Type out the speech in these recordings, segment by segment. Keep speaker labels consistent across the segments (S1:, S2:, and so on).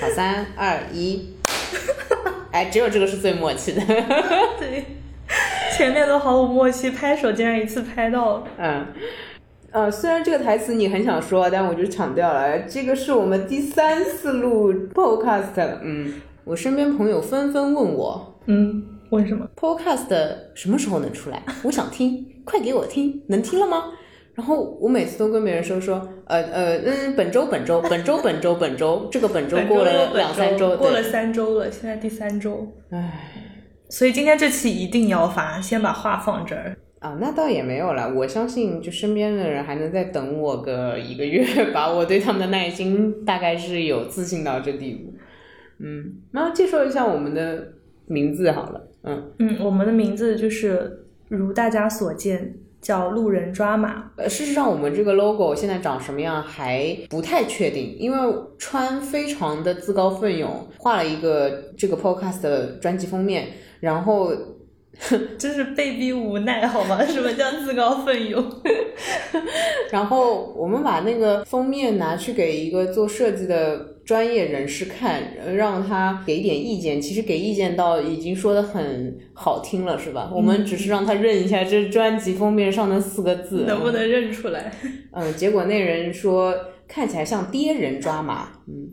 S1: 好，三二 一，哎，只有这个是最默契的。
S2: 对， 前面都毫无默契，拍手竟然一次拍到了。
S1: 嗯，呃，虽然这个台词你很想说，但我就抢掉了。这个是我们第三次录 podcast 了。嗯，我身边朋友纷纷问我
S2: 嗯，为什么？
S1: ，podcast 什么时候能出来？我想听，快给我听，能听了吗？然后我每次都跟别人说说，呃呃，嗯，本周本周本周本周本周，这个本周过了两三周，
S2: 过了
S1: 对，
S2: 三周了，现在第三周，
S1: 唉。
S2: 所以今天这期一定要发，先把话放这儿。
S1: 啊，那倒也没有了。我相信，就身边的人还能再等我个一个月 吧。我对他们的耐心大概是有自信到这地步。嗯，然后介绍一下我们的名字好了。嗯，
S2: 嗯，我们的名字就是如大家所见，叫路人抓马。
S1: 呃，事实上我们这个 logo 现在长什么样还不太确定，因为川非常的自告奋勇画了一个这个 podcast 的专辑封面，然后
S2: 真是被逼无奈好吗？ 什么叫自告奋勇？
S1: 然后我们把那个封面拿去给一个做设计的专业人士看，呃让他给点意见。其实给意见到已经说的很好听了，是吧？我们只是让他认一下这专辑封面上的四个字，
S2: 能不？能认出来？
S1: 嗯，结果那人说看起来像爹人抓马，嗯，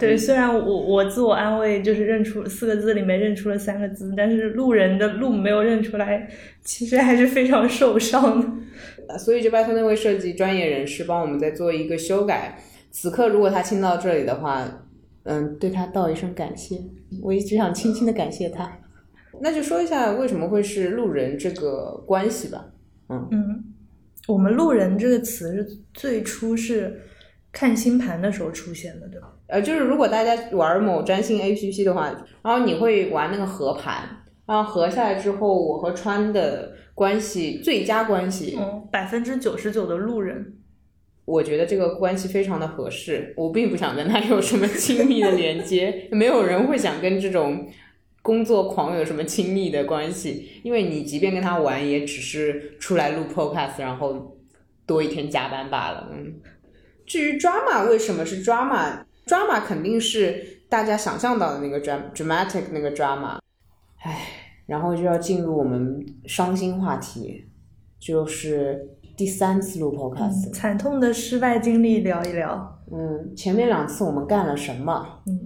S2: 对，虽然我我自我安慰就是认出四个字里面认出了三个字，但是路人的路没有认出来，其实还是非常受伤的。
S1: 呃所以就拜托那位设计专业人士帮我们再做一个修改。此刻如果他听到这里的话，嗯，对他道一声感谢，我一直想轻轻的感谢他。那就说一下为什么会是路人这个关系吧。
S2: 嗯，我们“路人”这个词是最初是看星盘的时候出现的，对吧？
S1: 呃，就是如果大家玩某占星 APP 的话，然后你会玩那个合盘，然后合下来之后，我和川的关系最佳关系，
S2: 嗯，百分之九十九的路人，
S1: 我觉得这个关系非常的合适，我并不想跟他有什么亲密的连接， 没有人会想跟这种工作狂有什么亲密的关系，因为你即便跟他玩，也只是出来录 podcast，然后多一天加班罢了。嗯，至于 drama 为什么是 drama，drama 肯定是大家想象到的那个 dram dramatic 那个 drama，唉，然后就要进入我们伤心话题，就是第三次录 podcast。
S2: 惨痛的失败经历聊一聊。
S1: 嗯，前面两次我们干了什么？
S2: 嗯，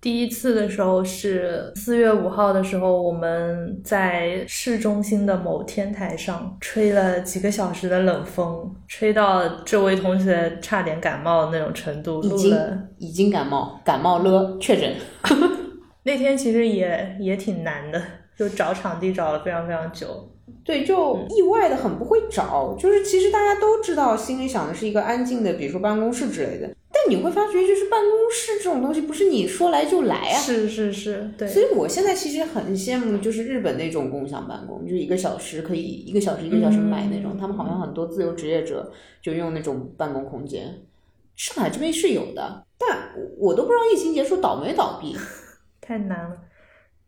S2: 第一次的时候是四月五号的时候，我们在市中心的某天台上吹了几个小时的冷风，吹到这位同学差点感冒的那种程度，
S1: 已
S2: 录了
S1: 经已经感冒，感冒了，确诊。
S2: 那天其实也也挺难的，就找场地找了非常非常久。
S1: 对，就意外的很不会找，就是其实大家都知道，心里想的是一个安静的，比如说办公室之类的。但你会发觉，就是办公室这种东西，不是你说来就来啊。
S2: 是是是，对
S1: 所以我现在其实很羡慕，就是日本那种共享办公，就是一个小时可以一个小时一个小时买那种。他们好像很多自由职业者就用那种办公空间，上海这边是有的，但我都不知道疫情结束倒没倒闭。
S2: 太难了。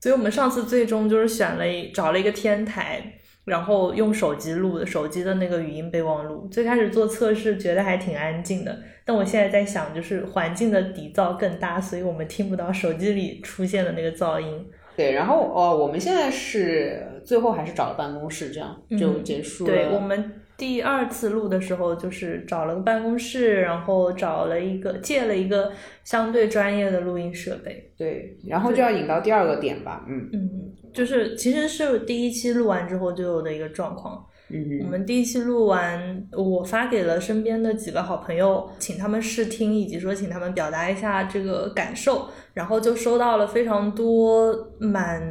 S2: 所以我们上次最终就是选了一找了一个天台，然后用手机录的，手机的那个语音备忘录。最开始做测试觉得还挺安静的，但我现在在想，就是环境的底噪更大，所以我们听不到手机里出现的那个噪音。
S1: 对，然后哦，我们现在是最后还是找了办公室，这样就
S2: 嗯
S1: 结束了。
S2: 对我们第二次录的时候，就是找了个办公室，然后找了一个借了一个相对专业的录音设备。
S1: 对然后就要引到第二个点吧，嗯
S2: 嗯，就是其实是第一期录完之后就有的一个状况。我
S1: 嗯
S2: 们第一期录完，我发给了身边的几个好朋友，请他们试听，以及说请他们表达一下这个感受，然后就收到了非常多蛮，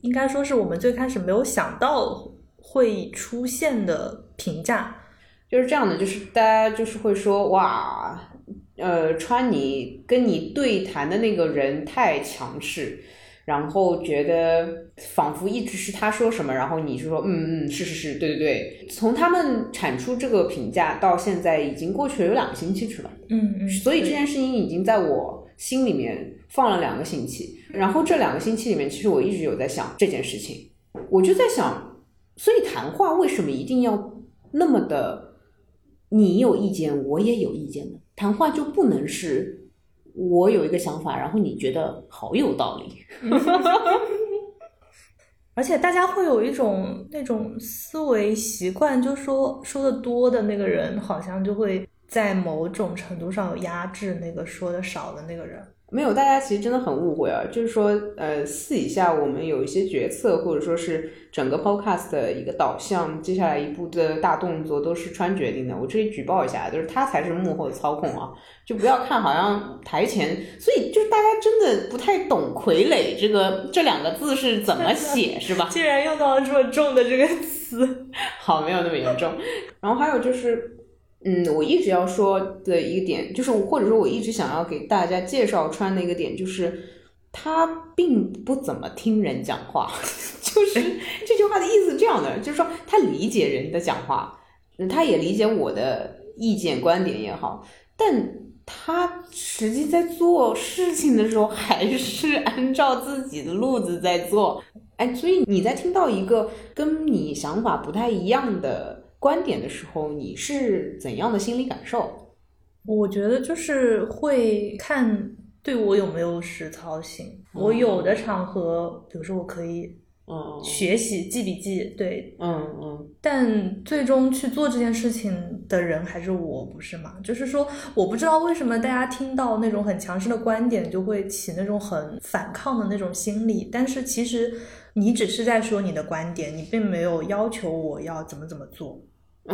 S2: 应该说是我们最开始没有想到会出现的评价。
S1: 就是这样的，就是大家就是会说哇，呃，川你跟你对谈的那个人太强势，然后觉得仿佛一直是他说什么，然后你就说嗯嗯是是是，对对对。从他们产出这个评价到现在，已经过去了有两个星期去了。
S2: 嗯嗯，
S1: 所以这件事情已经在我心里面放了两个星期，然后这两个星期里面，其实我一直有在想这件事情，我就在想，所以谈话为什么一定要那么的，你有意见我也有意见呢？谈话就不能是我有一个想法，然后你觉得好有道理，
S2: 而且大家会有一种那种思维习惯，就说说的多的那个人，好像就会在某种程度上有压制那个说的少的那个人。
S1: 没有，大家其实真的很误会啊，就是说，呃，私底下我们有一些决策，或者说是整个 podcast 的一个导向，接下来一步的大动作都是川决定的。我这里举报一下，就是他才是幕后的操控啊，就不要看好像台前，所以就是大家真的不太懂“傀儡”这个这两个字是怎么写，是吧？
S2: 竟然用到了这么重的这个词，
S1: 好，没有那么严重。然后还有就是，嗯，我一直要说的一个点，就是我或者说我一直想要给大家介绍川的一个点，就是他并不怎么听人讲话， 就是这句话的意思是这样的，就是说他理解人的讲话，嗯他也理解我的意见观点也好，但。他实际在做事情的时候，还是按照自己的路子在做，哎，所以你在
S2: 嗯
S1: 听到一个跟你想法不太一样的观点的时候，你是怎样的心理感受？
S2: 我觉得就是会看对我有没有实操性。我有的场合，比如说我可以
S1: 嗯
S2: 学习记笔记，对，
S1: 嗯嗯，
S2: 但最终去做这件事情的人还是我，不是吗？就是说，我不知道为什么大家听到那种很强势的观点，就会起那种很反抗的那种心理。但是其实你只是在说你的观点，你并没有要求我要怎么怎么做。
S1: 嗯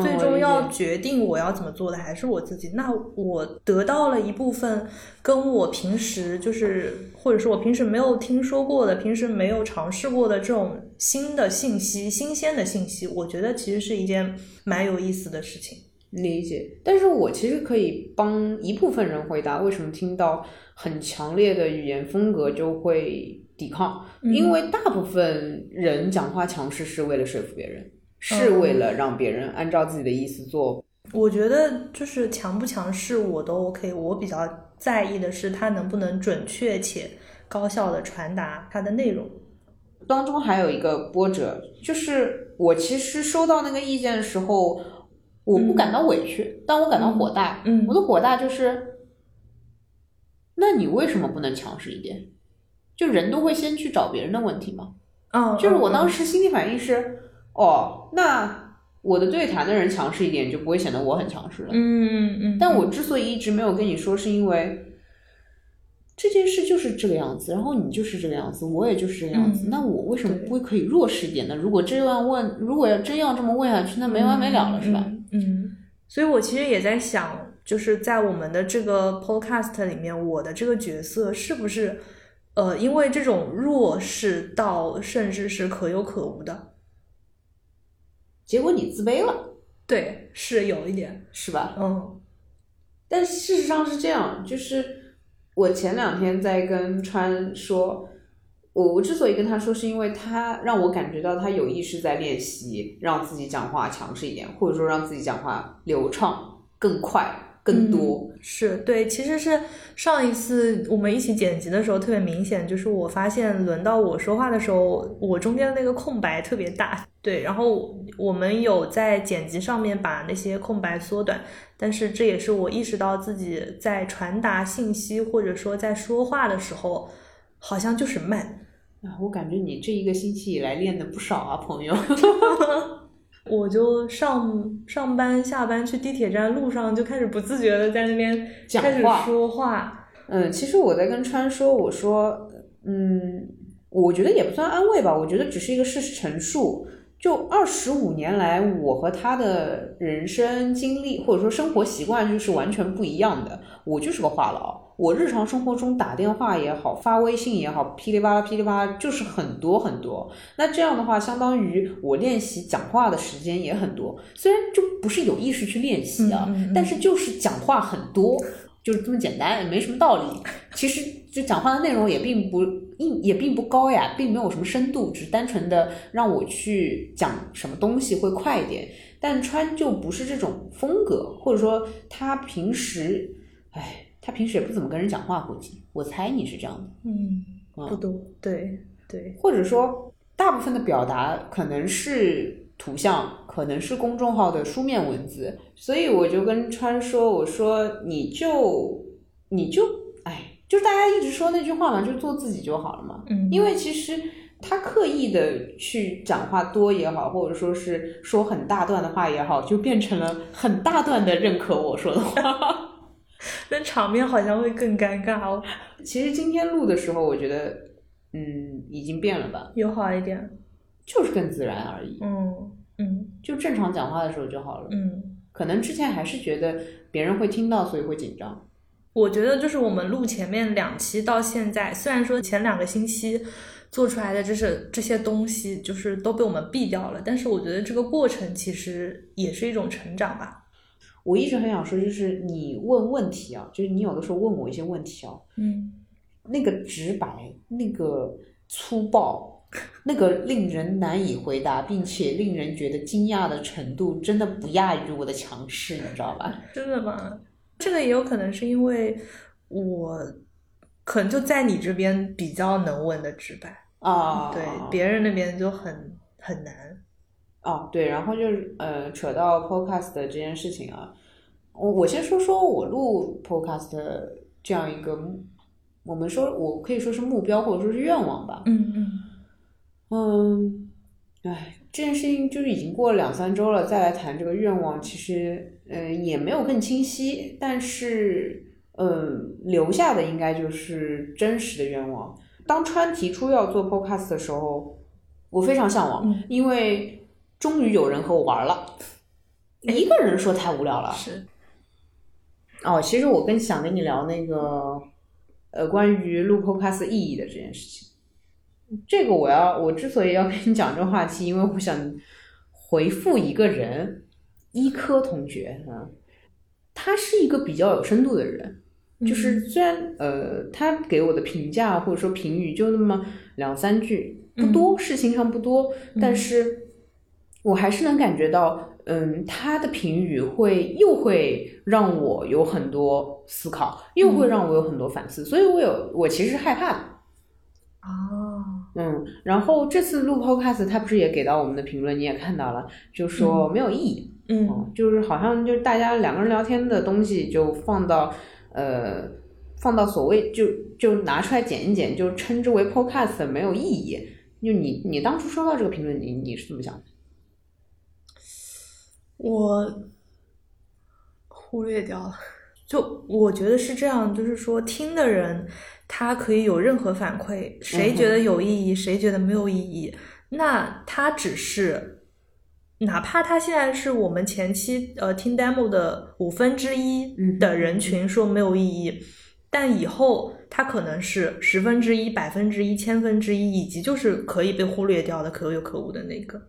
S2: 最终
S1: 我
S2: 要
S1: 理解
S2: 决定我要怎么做的还是我自己。那我得到了一部分跟我平时就是，或者说我平时没有听说过的、平时没有尝试过的这种新的信息、新鲜的信息，我觉得其实是一件蛮有意思的事情。
S1: 理解，但是我其实可以帮一部分人回答为什么听到很强烈的语言风格就会抵抗，
S2: 嗯
S1: 因为大部分人讲话强势是为了说服别人，是
S2: 嗯
S1: 为了让别人按照自己的意思做。
S2: 我觉得就是强不强势我都 OK，我比较在意的是它能不能准确且高效的传达它的内容。
S1: 当中还有一个波折，就是我其实收到那个意见的时候，我不感到委屈，但我感到火大。
S2: 嗯
S1: 我的火大就是，那你为什么不能强势一点？就人都会先去找别人的问题嘛。
S2: 嗯，
S1: 就是我
S2: 嗯
S1: 当时心理反应是，哦，那我的对谈的人强势一点，就不会显得我很强势了。
S2: 嗯嗯嗯，
S1: 但我之所以一直没有跟你说，是因为这件事就是这个样子，然后你就是这个样子，我也就是这个样子。
S2: 嗯
S1: 那我为什么
S2: 对
S1: 不会可以弱势一点呢？如果这样问，如果要真要这么问下去，那没完没了了，是吧？
S2: 嗯？嗯，嗯所以我其实也在想，就是在我们的这个 podcast 里面，我的这个角色是不是呃，因为这种弱势到甚至是可有可无的？
S1: 结果你自卑了，
S2: 对，是有一点，
S1: 是吧？
S2: 嗯
S1: 但事实上是这样，就是我前两天在跟川说。我我之所以跟他说，是因为他让我感觉到他有意识在练习，让自己讲话强势一点，或者说让自己讲话流畅、更快、更多。
S2: 嗯是对，其实是上一次我们一起剪辑的时候特别明显，就是我发现轮到我说话的时候，我中间的那个空白特别大。对，然后我们有在剪辑上面把那些空白缩短，但是这也是我意识到自己在传达信息或者说在说话的时候，好像就是慢。
S1: 啊，我感觉你这一个星期以来练的不少啊，朋友。
S2: 我就上上班、下班去地铁站路上就开始不自觉的在那边
S1: 讲
S2: 开始
S1: 话
S2: 说话，
S1: 嗯，其实我在跟川说，我说，嗯，我觉得也不算安慰吧，我觉得只是一个事实陈述。就二十五年来，我和他的人生经历或者说生活习惯就是完全不一样的。我就是个话痨，我日常生活中打电话也好，发微信也好，噼里啪啦噼里啪啦就是很多很多。那这样的话，相当于我练习讲话的时间也很多，虽然就不是有意识去练习啊，
S2: 嗯嗯嗯
S1: 但是就是讲话很多，就是这么简单，也没什么道 理。其实就讲话的内容也并不一也并不高呀，并没有什么深度，只是单纯的让我去讲什么东西会快一点。但川就不是这种风格，或者说他平时，哎，他平时也不怎么跟人讲话，估计我猜你是这样的。
S2: 嗯，
S1: 嗯
S2: 不多，对对。
S1: 或者说大部分的表达可能是图像，可能是公众号的书面文字，所以我就跟川说，我说你就你就哎，就是大家一直说那句话嘛，就做自己就好了嘛。
S2: 嗯，
S1: 因为其实他刻意的去讲话多也好，或者说是说很大段的话也好，就变成了很大段的认可我说的话。
S2: 那场面好像会更尴尬哦。
S1: 其实今天录的时候，我觉得，嗯，已经变了吧，
S2: 友好一点。
S1: 就是更自然而已，
S2: 嗯嗯
S1: 就正常讲话的时候就好了。
S2: 嗯，
S1: 可能之前还是觉得别人会听到，所以会紧张。
S2: 我觉得就是我们录前面两期到现在，虽然说前两个星期做出来的这是这些东西，就是都被我们毙掉了，但是我觉得这个过程其实也是一种成长吧。
S1: 我一直很想说，就是你问问题啊，就是你有的时候问我一些问题啊，
S2: 嗯，
S1: 那个直白，那个粗暴，那个令人难以回答，并且令人觉得惊讶的程度，真的不亚于我的强势，你知道吧？
S2: 真的吗？这个也有可能是因为我可能就在你这边比较能问的直白，
S1: 啊，
S2: 对，别人那边就很很难。
S1: 哦，对，然后就是呃，扯到 podcast 的这件事情啊，我我先说说我录 podcast 的这样一个，我们说我可以说是目标或者说是愿望吧，
S2: 嗯嗯
S1: 嗯，哎，这件事情就是已经过了两三周了，再来谈这个愿望，其实嗯、呃也没有更清晰，但是嗯、呃留下的应该就是真实的愿望。当川提出要做 podcast 的时候，我非常向往，
S2: 嗯
S1: 因为终于有人和我玩了。一个人说太无聊了
S2: 是。
S1: 哦，其实我更想跟你聊那个，呃，关于录 podcast 意义的这件事情。这个我要，我之所以要跟你讲这个话题，因为我想回复一个人，医科同学啊，嗯他是一个比较有深度的人，就是虽然呃，他给我的评价或者说评语就那么两三句，不多，事情上不多，但是我还是能感觉到，嗯，他的评语会又会让我有很多思考，又会让我有很多反思，所以我有我其实是害怕的。
S2: 哦，
S1: 嗯，然后这次录 podcast，他不是也给到我们的评论，你也看到了，就说没有意义，
S2: 嗯
S1: 嗯，就是好像就是大家两个人聊天的东西就放到呃放到所谓就就拿出来剪一剪，就称之为 podcast 没有意义。就你你当初收到这个评论，你你是怎么想的？
S2: 我忽略掉了。 就我觉得是这样，就是说听的人他可以有任何反馈，谁觉得有意义，谁觉得没有意义，那他只是。哪怕他现在是我们前期呃听 demo 的五分之一
S1: 嗯
S2: 的人群说没有意义，但以后他可能是十分之一、百分之一、千分之一，以及就是可以被忽略掉的可有可无的那个。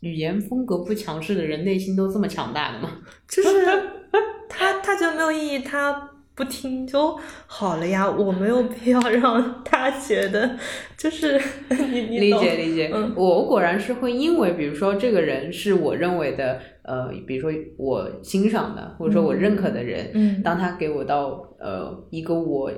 S1: 语言风格不强势的人内心都这么强大的吗？
S2: 就是他他觉得没有意义，他不听就好了呀。我没有必要让他觉得，就是 你你
S1: 理
S2: 懂
S1: 解理解，
S2: 嗯
S1: 我果然是会因为，比如说这个人是我认为的，呃，比如说我欣赏的，或者说我认可的人，
S2: 嗯
S1: 当他给我到呃一个我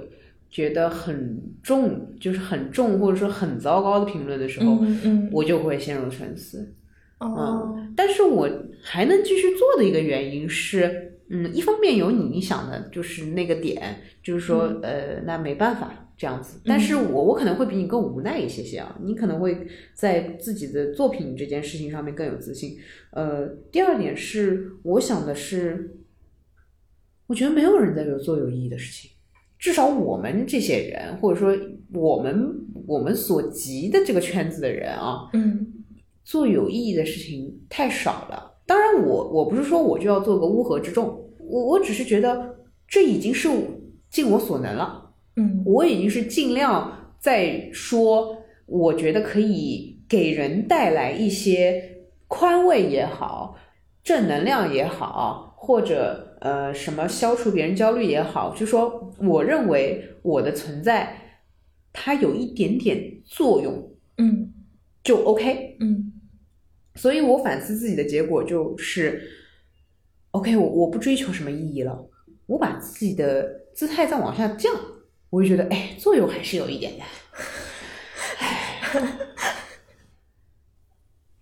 S1: 觉得很重，就是很重或者说很糟糕的评论的时候，
S2: 嗯嗯
S1: 我就会陷入沉思。
S2: 哦
S1: 但是我还能继续做的一个原因是，嗯，一方面有你想的，就是那个点，就是说，
S2: 嗯
S1: 呃，那没办法这样子。但是我我可能会比你更无奈一些些啊，你可能会在自己的作品这件事情上面更有自信。呃，第二点是，我想的是，我觉得没有人在做有意义的事情。至少我们这些人，或者说我们我们所及的这个圈子的人啊，
S2: 嗯
S1: 做有意义的事情太少了。当然我，我不是说我就要做个乌合之众，我我只是觉得这已经是尽我所能了，
S2: 嗯
S1: 我已经是尽量在说，我觉得可以给人带来一些宽慰也好，正能量也好，或者呃什么消除别人焦虑也好，就说我认为我的存在，它有一点点作用
S2: 嗯
S1: 就 OK。
S2: 嗯
S1: 所以我反思自己的结果就是，OK，我我不追求什么意义了，我把自己的姿态再往下降，我就觉得，哎，作用还是有一点的。唉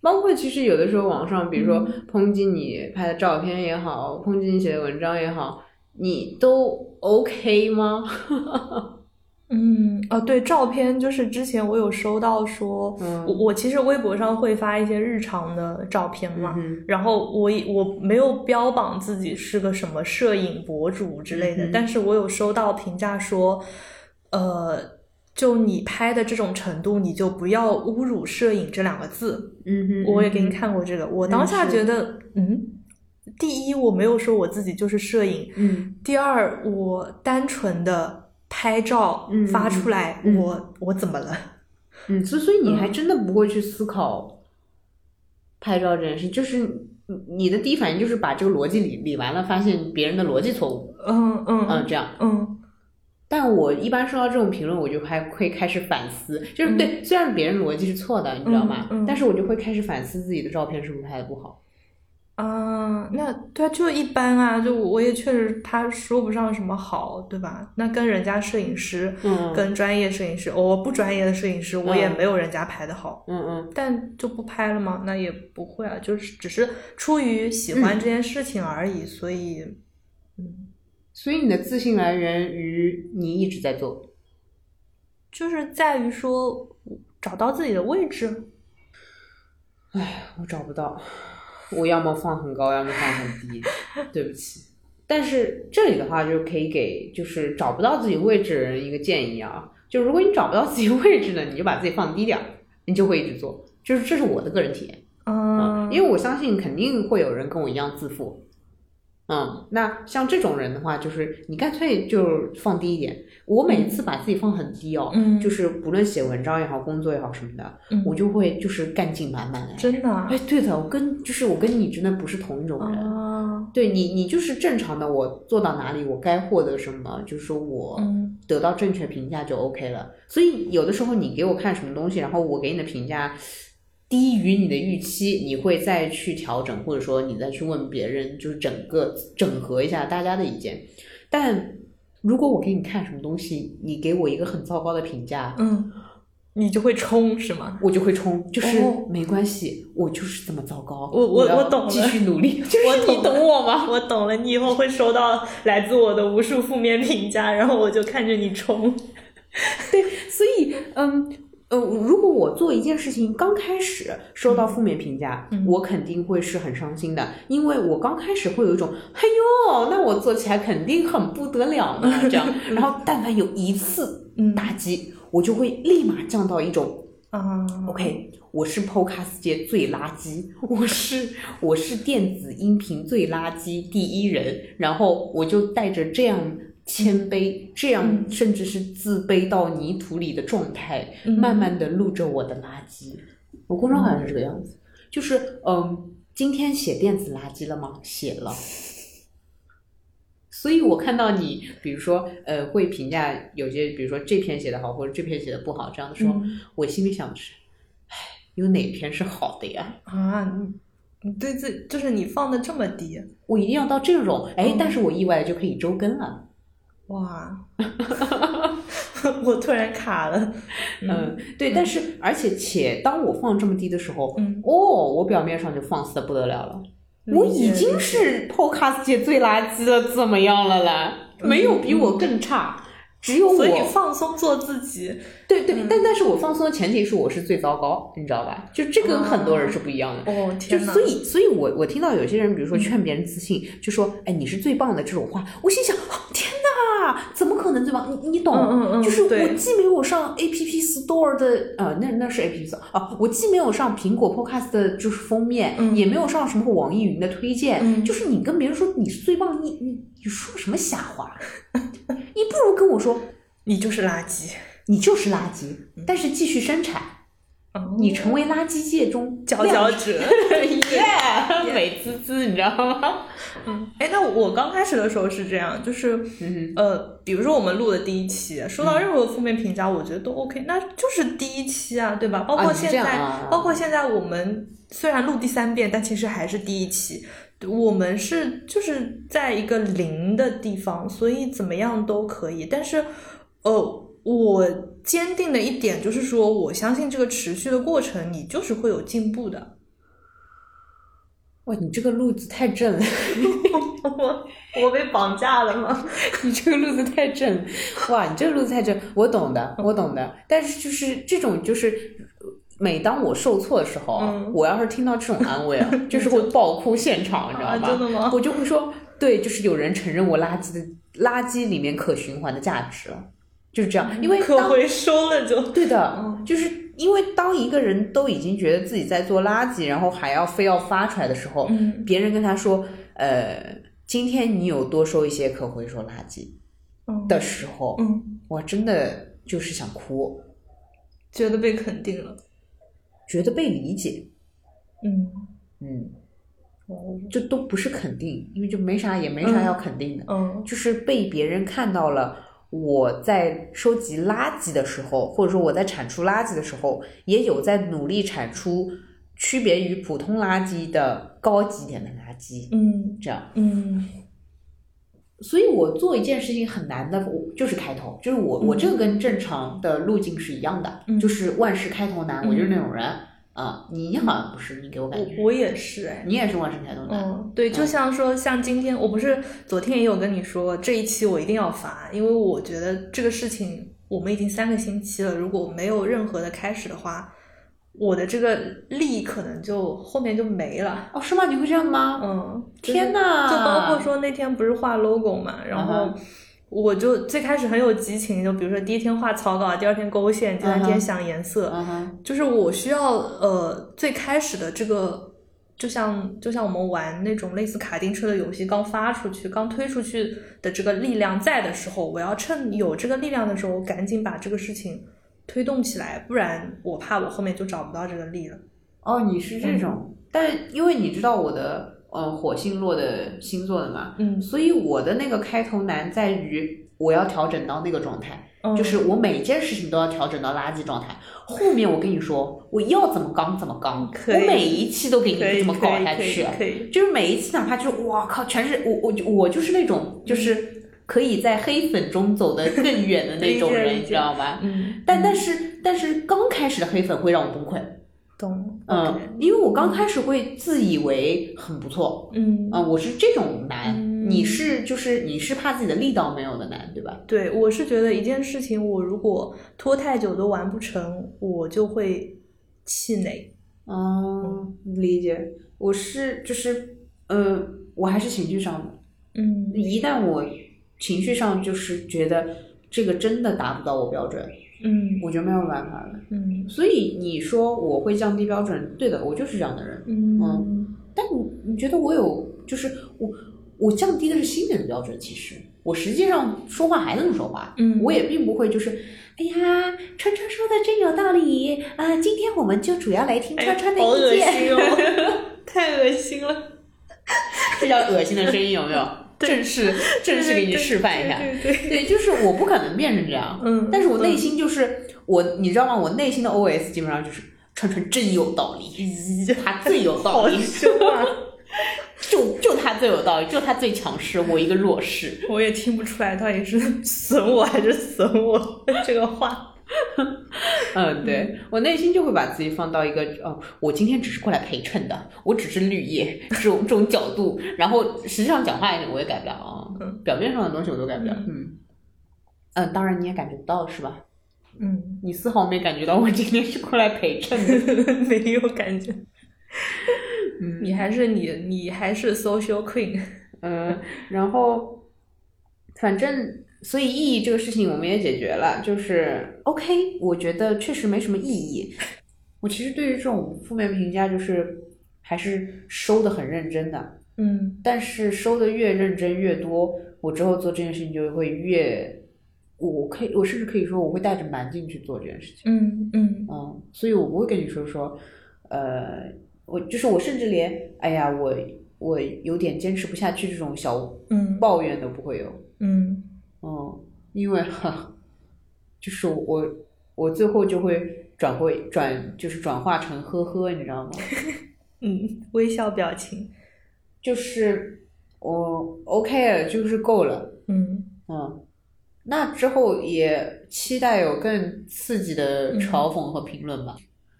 S1: 包括其实有
S2: 嗯
S1: 的时候网上，比如说抨击你拍的照片也好，抨击你写的文章也好，你都 OK 吗？
S2: 嗯，哦，对，照片就是之前我有收到说，
S1: 嗯
S2: 我我其实微博上会发一些日常的照片嘛，
S1: 嗯
S2: 然后我也我没有标榜自己是个什么摄影博主之类的，
S1: 嗯哼
S2: 但是我有收到评价说，呃，就你拍的这种程度，你就不要侮辱摄影这两个字。
S1: 嗯哼，
S2: 我也给你看过这个，我当下
S1: 嗯是
S2: 觉得，嗯，第一我没有说我自己就是摄影，
S1: 嗯，
S2: 第二，我单纯的拍照
S1: 嗯
S2: 发出来，
S1: 嗯
S2: 我我怎么了？
S1: 嗯嗯，所以所以你还真的不会去思考拍照这件事，就是你你的第一反应就是把这个逻辑理理完了，发现别人的逻辑错误，
S2: 嗯
S1: 嗯，
S2: 嗯
S1: 这样。
S2: 嗯
S1: 但我一般收到这种评论，我就还会开始反思，就是
S2: 嗯
S1: 对，虽然别人逻辑是错的，你知道吗？
S2: 嗯嗯
S1: 但是我就会开始反思自己的照片是不是拍的不好。
S2: 啊，那对啊，就一般啊，就我也确实他说不上什么好，对吧？那跟人家摄影师，
S1: 嗯
S2: 跟专业摄影师，哦我、不专业的摄影师，我也没有人家拍的好，
S1: 嗯嗯
S2: 但就不拍了吗？那也不会啊，就是只是出于喜
S1: 嗯
S2: 欢这件事情而已，所以，嗯，
S1: 所以你的自信来源于你一直在做。
S2: 就是在于说找到自己的位置，
S1: 唉，我找不到，我要么放很高，要么放很低， 对不起。但是这里的话，就可以给就是找不到自己位置的人一个建议啊，就如果你找不到自己位置呢，你就把自己放低点儿，你就会一直做。就是这是我的个人体验。
S2: 嗯
S1: 嗯，，因为我相信肯定会有人跟我一样自负。嗯，那像这种人的话，就是你干脆就是放低一点。我每次把自己放很低哦，
S2: 嗯
S1: 就是不论写文章也好，工作也好什么的，
S2: 嗯
S1: 我就会就是干劲满满哎。
S2: 真的啊
S1: 哎，对的，我跟就是我跟你真的不是同一种人。
S2: 啊，
S1: 对你，你就是正常的，我做到哪里，我该获得什么，就是我
S2: 嗯
S1: 得到正确评价就 OK 了。所以有的时候你给我看什么东西，然后我给你的评价低于你的预期，你会再去调整，或者说你再去问别人，就是整个整合一下大家的意见。但如果我给你看什么东西，你给我一个很糟糕的评价，
S2: 嗯，你就会冲是吗？
S1: 我就会冲，就是、
S2: 哦
S1: 没关系，我就是这么糟糕，
S2: 我我
S1: 要
S2: 我懂了
S1: 继续努力，就
S2: 我
S1: 是
S2: 懂
S1: 你懂我吗？
S2: 我懂了，你以后会收到来自我的无数负面评价，然后我就看着你冲。
S1: 所以，嗯。呃，如果我做一件事情刚开始收到负面评价，
S2: 嗯
S1: 我肯定会是很伤心的，因为我刚开始会有一种，哎呦，那我做起来肯定很不得了呢，这 样。然后，但凡有一次
S2: 嗯
S1: 打击，我就会立马降到一种
S2: 啊
S1: ，OK，我是 Podcast 界最垃圾，我是我是电子音频最垃圾第一人，然后我就带着这样谦卑，这样
S2: 嗯
S1: 甚至是自卑到泥土里的状态，
S2: 嗯
S1: 慢慢的录着我的垃圾。我公众号好像是这个样子，就是嗯，今天写电子垃圾了吗？写了。所以我看到你，比如说，呃，会评价有些，比如说这篇写的好，或者这篇写的不好，这样的时候，
S2: 嗯
S1: 我心里想的是，唉，有哪篇是好的呀？
S2: 啊，你你对自就是你放的这么低，
S1: 我一定要到这种，哎
S2: 嗯，
S1: 但是我意外就可以周更了。
S2: 哇，我突然卡了。
S1: 嗯，对，但是而且且当我放这么低的时候，
S2: 嗯
S1: 哦，我表面上就放肆的不得了了。我
S2: 理解
S1: 已经是 Podcast 界最垃圾的，怎么样了啦？没有比我更差，只有
S2: 所以嗯
S1: 我。
S2: 放松做自己。
S1: 对对，但但是我放松的前提是我是最糟糕，你知道吧？就这跟
S2: 啊
S1: 很多人是不一样的。
S2: 哦
S1: 就
S2: 天哪！
S1: 所以，所以我我听到有些人，比如说劝别人自信，就说“哎，你是最棒的”这种话，我心想：哦天哪，怎么可能最棒？你你懂？
S2: 嗯嗯嗯
S1: 就是我
S2: 对
S1: 既没有上 A P P Store 的呃，那那是 A P P Store 啊，我既没有上苹果 Podcast 的就是封面，
S2: 嗯
S1: 也没有上什么网易云的推荐，
S2: 嗯
S1: 就是你跟别人说你是最棒，你你你说什么瞎话？你不如跟我说
S2: 你就是垃圾。
S1: 你就是垃圾，但是继续生产，
S2: 哦
S1: 你成为垃圾界中
S2: 佼
S1: 亮
S2: 佼者。
S1: 耶，美滋滋，你知道吗？
S2: 哎，那我刚开始的时候是这样，就是，
S1: 嗯
S2: 呃，比如说我们录的第一期，收到任何负面评价，我觉得都 OK，那就是第一期啊，对吧？包
S1: 啊
S2: 括
S1: 你是
S2: 现
S1: 这样
S2: 在，
S1: 啊
S2: 包括现在我们虽然录第三遍，但其实还是第一期。我们是就是在一个零的地方，所以怎么样都可以。但是，呃，我坚定的一点就是说，我相信这个持续的过程，你就是会有进步的。
S1: 哇，你这个路子太正了，
S2: 我 我被绑架了 吗？
S1: 你这个路子太正了，哇，你这个路子太正，我懂 的，我懂的。但是就是这种，就是每当我受挫的时候啊，
S2: 嗯
S1: 我要是听到这种安 慰啊，就是会爆哭现场，你知道
S2: 啊，
S1: 吗？
S2: 真的吗？
S1: 我就会说，对，就是有人承认我垃圾的垃圾里面可循环的价值了，就是这样。因为
S2: 可
S1: 当
S2: 回收了就。
S1: 对的
S2: 嗯，
S1: 就是因为当一个人都已经觉得自己在做垃圾，然后还要非要发出来的时候，
S2: 嗯
S1: 别人跟他说，呃，今天你有多收一些可回收垃圾
S2: 嗯
S1: 的时候，
S2: 嗯，
S1: 我真的就是想哭，
S2: 觉得被肯定了。
S1: 觉得被理解，
S2: 嗯，
S1: 嗯，
S2: 哦
S1: 这都不是肯定，因为就没啥也没啥
S2: 嗯
S1: 要肯定的，
S2: 嗯
S1: 就是被别人看到了。我在收集垃圾的时候，或者说我在产出垃圾的时候，也有在努力产出区别于普通垃圾的高级点的垃圾，
S2: 嗯
S1: 这样。
S2: 嗯
S1: 所以我做一件事情很难的，我就是开头，就是我我
S2: 嗯
S1: 这个跟正常的路径是一样的，
S2: 嗯
S1: 就是万事开头难，
S2: 嗯
S1: 我就是那种人啊。你好像不是，你给我感觉是，
S2: 我我也是哎。
S1: 你也是万事开头难，
S2: 嗯，对，就像说，像今天我不是昨天也有跟你说，这一期我一定要发，因为我觉得这个事情我们已经三个星期了，如果没有任何的开始的话，我的这个力可能就后面就没了。
S1: 哦，是吗？你会这样吗？
S2: 嗯，就是
S1: 天呐！
S2: 就包括说那天不是画 logo 嘛，然
S1: 嗯
S2: 后我就最开始很有激情，就比如说第一天画草稿，第二天勾线，第三
S1: 嗯哼
S2: 天想颜色，
S1: 嗯哼，
S2: 就是我需要呃最开始的这个，就像就像我们玩那种类似卡丁车的游戏，刚发出去、刚推出去的这个力量在的时候，我要趁有这个力量的时候，赶紧把这个事情推动起来，不然我怕我后面就找不到这个力了。
S1: 哦，你是这
S2: 嗯
S1: 种，但是因为你知道我的呃火星落的星座的嘛，
S2: 嗯，
S1: 所以我的那个开头难在于我要调整到那个状态。
S2: 嗯
S1: 就是我每件事情都要调整到垃圾状态。后面我跟你说，我要怎么刚怎么刚，
S2: 嗯可
S1: 我
S2: 以
S1: 每一期都给
S2: 可
S1: 你
S2: 以
S1: 这么搞
S2: 可以
S1: 下
S2: 可以
S1: 去，啊
S2: 可以，
S1: 就是每一期哪怕就是哇靠，全是我我我就是那种就是可以在黑粉中走得更远的那种
S2: 嗯 理解
S1: 人，
S2: 理
S1: 你
S2: 解
S1: 知道吧？
S2: 嗯，
S1: 但但是但是刚开始的黑粉会让我崩溃，
S2: 懂，
S1: 嗯，因为我刚开始会自以为很不错，
S2: 嗯
S1: 啊、我是这种难，
S2: 嗯
S1: 你是就是你是怕自己的力道没有的难，对吧？
S2: 对，我是觉得一件事情，我如果拖太久都完不成，我就会气馁。
S1: 哦，理解。我是就是，呃，我还是情绪上的。
S2: 嗯
S1: 一旦我情绪上就是觉得这个真的达不到我标准，
S2: 嗯
S1: 我就没有办法了。
S2: 嗯
S1: 所以你说我会降低标准，对的，我就是这样的人。
S2: 嗯
S1: 但你你觉得我有就是我我降低的是新人的标准，其实我实际上说话还那么说话，
S2: 嗯
S1: 我也并不会就是，哎呀，川川说的真有道理啊、今天我们就主要来听川川的
S2: 好恶
S1: 意见。
S2: 心 哦，太恶心了，
S1: 这叫恶心的声音有 没有？正式正式给你示范一下。
S2: 对对，
S1: 对，就是我不可能变成这样，
S2: 嗯，
S1: 但是我内心就是我，你知道吗？我内心的 OS 基本上就是川川真有道理， 他最有道
S2: 好
S1: 理，
S2: 凶啊，
S1: 就就他最有道理，就他最强势，我一个弱势。
S2: 我也听不出来到底是损我还是损我这个话，
S1: 嗯，对我内心就会把自己放到一个哦，我今天只是过来陪衬的，我只是绿叶这种这种角度，然后实际上讲话我也改不了啊，
S2: 嗯
S1: 表面上的东西我都改不了，嗯。嗯，当然你也感觉不到是吧？
S2: 嗯，
S1: 你丝毫没感觉到我今天是过来陪衬的。
S2: 没有感觉，
S1: 嗯
S2: 你还是你，你还是 social queen，
S1: 嗯，然后反正所以意义这个事情我们也解决了，就是 OK，我觉得确实没什么意义。我其实对于这种负面评价，就是还是收的很认真的，
S2: 嗯
S1: 但是收的越认真越多，我之后做这件事情就会越，我我可以，我甚至可以说我会带着蛮劲去做这件事情。
S2: 嗯嗯
S1: 嗯，所以我不会跟你说说，呃，我就是我甚至连哎呀，我我有点坚持不下去这种小
S2: 嗯
S1: 抱怨都不会有，
S2: 嗯
S1: 嗯，因为哈，就是我我最后就会转会转就是转化成呵呵，你知道吗？
S2: 嗯，微笑表情，
S1: 就是我 OK 了，就是够了，
S2: 嗯
S1: 嗯，那之后也期待有更刺激的
S2: 嗯
S1: 嘲讽和评论吧。